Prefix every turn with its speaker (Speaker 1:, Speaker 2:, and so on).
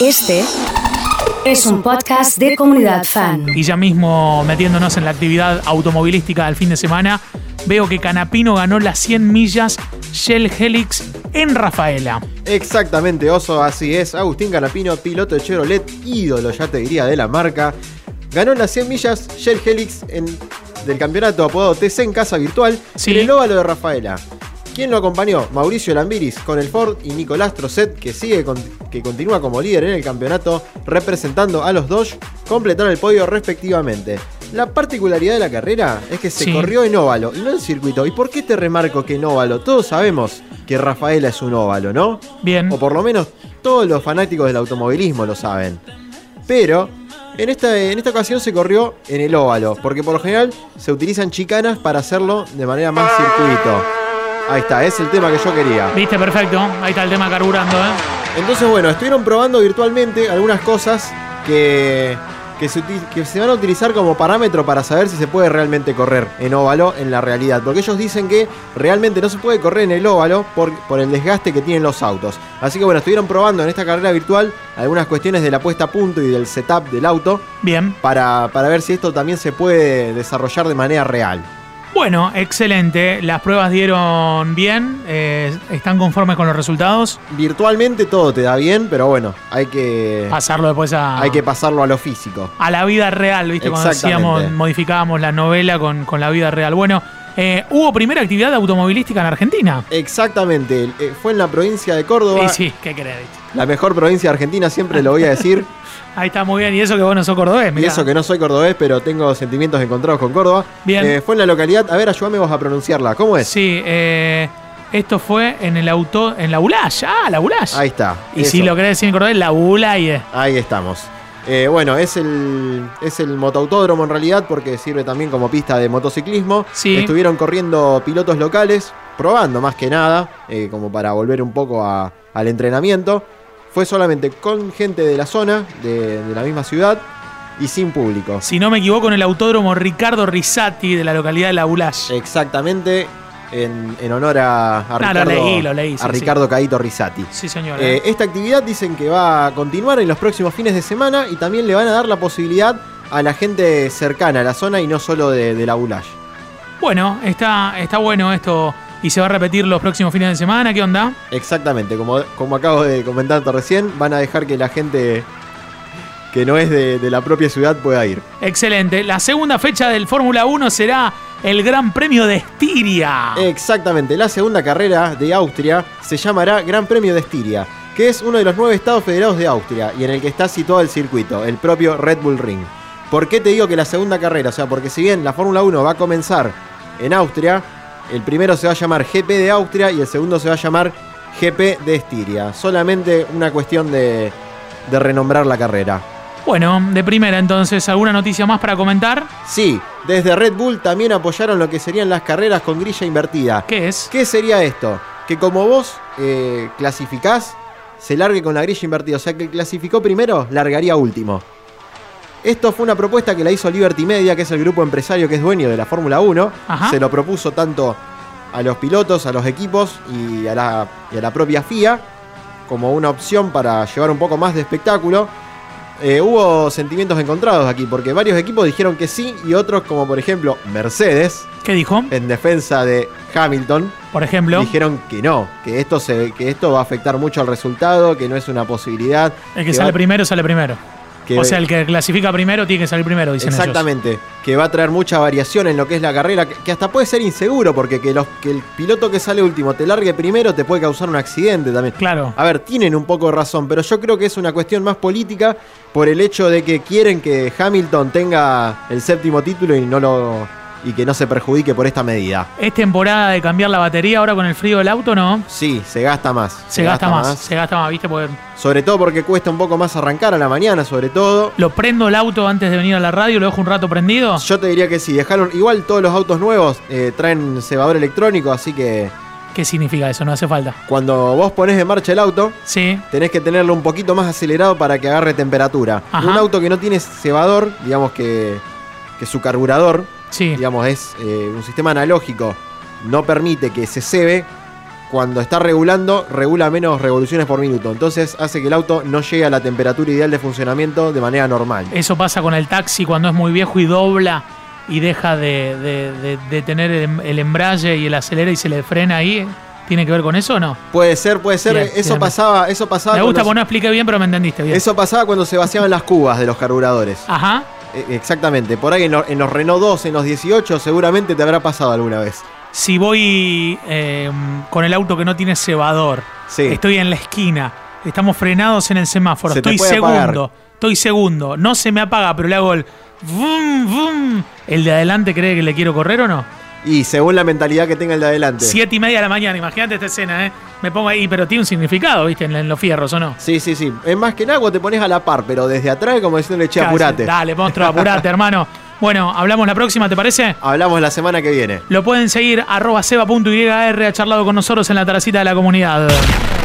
Speaker 1: Este es un podcast de comunidad fan.
Speaker 2: Y ya mismo metiéndonos en la actividad automovilística del fin de semana, veo que Canapino ganó las 100 millas Shell Helix en Rafaela.
Speaker 3: Exactamente, Oso, así es. Agustín Canapino, piloto de Chevrolet, ídolo, ya te diría, de la marca. Ganó en las 100 millas Shell Helix en- del campeonato apodado TC en Casa Virtual
Speaker 2: Sí.
Speaker 3: en el óvalo de Rafaela. ¿Quién lo acompañó? Mauricio Lambiris con el Ford y Nicolás Trocet, que sigue con- que continúa como líder en el campeonato, representando a los Dodge, completaron el podio respectivamente. La particularidad de la carrera es que se
Speaker 2: Sí.
Speaker 3: corrió en óvalo y no en circuito. ¿Y por qué te remarco que en óvalo? Todos sabemos que Rafaela es un óvalo, ¿no?
Speaker 2: Bien.
Speaker 3: O por lo menos todos los fanáticos del automovilismo lo saben. Pero en esta, en esta ocasión se corrió en el óvalo, porque por lo general se utilizan chicanas para hacerlo de manera más circuito. Ahí está, es el tema que yo quería.
Speaker 2: Viste, perfecto. Ahí está el tema carburando, ¿eh?
Speaker 3: Entonces, bueno, estuvieron probando virtualmente algunas cosas que, que, se, uti- que se van a utilizar como parámetro para saber si se puede realmente correr en óvalo en la realidad. Porque ellos dicen que realmente no se puede correr en el óvalo por, por el desgaste que tienen los autos. Así que, bueno, estuvieron probando en esta carrera virtual algunas cuestiones de la puesta a punto y del setup del auto
Speaker 2: Bien.
Speaker 3: para, para ver si esto también se puede desarrollar de manera real.
Speaker 2: Bueno, excelente. Las pruebas dieron bien. eh, ¿Están conformes con los resultados?
Speaker 3: Virtualmente todo te da bien, pero bueno, hay que,
Speaker 2: Pasarlo después a,
Speaker 3: hay que pasarlo a lo físico.
Speaker 2: a la vida real, ¿viste? Cuando
Speaker 3: Exactamente.
Speaker 2: decíamos, modificábamos la novela con, con la vida real. Bueno, eh, hubo primera actividad automovilística en Argentina.
Speaker 3: Exactamente, eh, fue en la provincia de Córdoba,
Speaker 2: Y sí, ¿qué querés? viste?
Speaker 3: la mejor provincia de Argentina, siempre lo voy a decir.
Speaker 2: Ahí está muy bien. Y eso que vos no sos cordobés,
Speaker 3: y
Speaker 2: mirá.
Speaker 3: eso que no soy cordobés, pero tengo sentimientos encontrados con Córdoba.
Speaker 2: Bien.
Speaker 3: Eh, fue en la localidad, a ver, ayúdame vos a pronunciarla, ¿cómo es?
Speaker 2: Sí, eh, esto fue en el auto, en la Bulaya. Ah, la Bulaya.
Speaker 3: Ahí está.
Speaker 2: y
Speaker 3: eso.
Speaker 2: si lo querés decir en cordobés, la Bulaya.
Speaker 3: Ahí estamos. Eh, bueno, es el, es el motautódromo en realidad porque sirve también como pista de motociclismo.
Speaker 2: Sí.
Speaker 3: Estuvieron corriendo pilotos locales, probando más que nada, eh, como para volver un poco a- al entrenamiento. Fue solamente con gente de la zona, de, de la misma ciudad, y sin público.
Speaker 2: Si no me equivoco, en el autódromo Ricardo Risati de la localidad de La Bulaya.
Speaker 3: Exactamente en, en honor a, a
Speaker 2: lo
Speaker 3: Ricardo,
Speaker 2: leí, lo leí, sí,
Speaker 3: a
Speaker 2: sí.
Speaker 3: Ricardo Caíto Risati.
Speaker 2: Sí, señor.
Speaker 3: Eh, esta actividad dicen que va a continuar en los próximos fines de semana y también le van a dar la posibilidad a la gente cercana a la zona y no solo de, de la Bulaj.
Speaker 2: Bueno, está, está bueno esto. Y se va a repetir los próximos fines de semana. ¿Qué onda?
Speaker 3: Exactamente, como, como acabo de comentarte recién, van a dejar que la gente que no es de, de la propia ciudad pueda ir.
Speaker 2: Excelente. La segunda fecha del Fórmula 1 será el Gran Premio de Estiria.
Speaker 3: Eh. Exactamente, la segunda carrera de Austria se llamará Gran Premio de Estiria, que es uno de los nueve estados federados de Austria y en el que está situado el circuito, el propio Red Bull Ring. ¿Por qué te digo que la segunda carrera? O sea, porque si bien la Fórmula 1 va a comenzar en Austria, el primero se va a llamar GP de Austria y el segundo se va a llamar GP de Estiria. Solamente una cuestión de, de renombrar la carrera.
Speaker 2: Bueno, de primera entonces, ¿alguna noticia más para comentar?
Speaker 3: Sí, desde Red Bull también apoyaron lo que serían las carreras con grilla invertida.
Speaker 2: ¿Qué es?
Speaker 3: ¿Qué sería esto? Que como vos eh, clasificás, se largue con la grilla invertida. O sea, que el clasificó primero, largaría último. Esto fue una propuesta que la hizo Liberty Media, que es el grupo empresario que es dueño de la Fórmula 1.
Speaker 2: Ajá.
Speaker 3: Se lo propuso tanto a los pilotos, a los equipos y a, la, y a la propia FIA como una opción para llevar un poco más de espectáculo. Eh, hubo sentimientos encontrados aquí, porque varios equipos dijeron que sí y otros, como por ejemplo Mercedes,
Speaker 2: ¿Qué dijo?
Speaker 3: en defensa de Hamilton,
Speaker 2: Por ejemplo,
Speaker 3: dijeron que no, que esto se, que esto va a afectar mucho al resultado, que no es una posibilidad.
Speaker 2: el que sale
Speaker 3: va-
Speaker 2: primero sale primero.
Speaker 3: que-
Speaker 2: O sea, el que clasifica primero tiene que salir primero, dicen ellos.
Speaker 3: exactamente, que va a traer mucha variación en lo que es la carrera, que, que hasta puede ser inseguro porque que, los- que el piloto que sale último te largue primero te puede causar un accidente también.
Speaker 2: Claro.
Speaker 3: A ver, tienen un poco de razón, pero yo creo que es una cuestión más política por el hecho de que quieren que Hamilton tenga el séptimo título y no lo y que no se perjudique por esta medida.
Speaker 2: ¿Es temporada de cambiar la batería ahora con el frío del auto no?
Speaker 3: Sí, se gasta más.
Speaker 2: Se, gasta, más, se gasta más, ¿viste? Porque
Speaker 3: Sobre todo porque cuesta un poco más arrancar a la mañana, sobre todo.
Speaker 2: lo prendo el auto antes de venir a la radio, lo dejo un rato prendido.
Speaker 3: Yo te diría que sí, dejaron. Igual todos los autos nuevos eh, traen cebador electrónico, así que
Speaker 2: ¿Qué significa eso? No hace falta.
Speaker 3: cuando vos pones en marcha el auto,
Speaker 2: Sí,
Speaker 3: tenés que tenerlo un poquito más acelerado para que agarre temperatura.
Speaker 2: Ajá.
Speaker 3: Un auto que no tiene cebador, digamos que, que su carburador,
Speaker 2: sí.
Speaker 3: digamos, es eh, un sistema analógico, no permite que se cebe. cuando está regulando, regula menos revoluciones por minuto. Entonces hace que el auto no llegue a la temperatura ideal de funcionamiento de manera normal.
Speaker 2: Eso pasa con el taxi cuando es muy viejo y dobla y deja de, de- de- de tener el, em- el embrague y el acelera y se le frena ahí. ¿Tiene que ver con eso o no?
Speaker 3: Puede ser, puede ser.
Speaker 2: Bien,
Speaker 3: eso
Speaker 2: bien.
Speaker 3: pasaba, eso pasaba.
Speaker 2: Me gusta,
Speaker 3: cuando-
Speaker 2: porque no expliqué bien, pero me entendiste bien. Ah.
Speaker 3: Eso pasaba cuando se vaciaban las cubas de los carburadores.
Speaker 2: Ajá.
Speaker 3: Eh, Exactamente, por ahí en, lo- en los Renault 2, en los 18, seguramente te habrá pasado alguna vez.
Speaker 2: Si voy eh, con el auto que no tiene cebador,
Speaker 3: Sí.
Speaker 2: estoy en la esquina, estamos frenados en el semáforo,
Speaker 3: Se te
Speaker 2: estoy
Speaker 3: puede
Speaker 2: segundo, estoy segundo, no se me apaga, pero le hago el vum, vum. ¿El de adelante cree que le quiero correr o no?
Speaker 3: Y según la mentalidad que tenga el de adelante.
Speaker 2: Siete y media de la mañana, imagínate esta escena, ¿eh? Me pongo ahí, pero tiene un significado, ¿viste? En, en los fierros, ¿o no?
Speaker 3: Sí, sí, sí. Es más que nada cuando te pones a la par, pero desde atrás como diciéndole, che,
Speaker 2: Claro,
Speaker 3: apurate.
Speaker 2: Dale, monstruo, apurate, hermano. Bueno, hablamos la próxima, ¿te parece?
Speaker 3: Hablamos la semana que viene.
Speaker 2: Lo pueden seguir arroba seba.yr, ha charlado con nosotros en la terracita de la comunidad.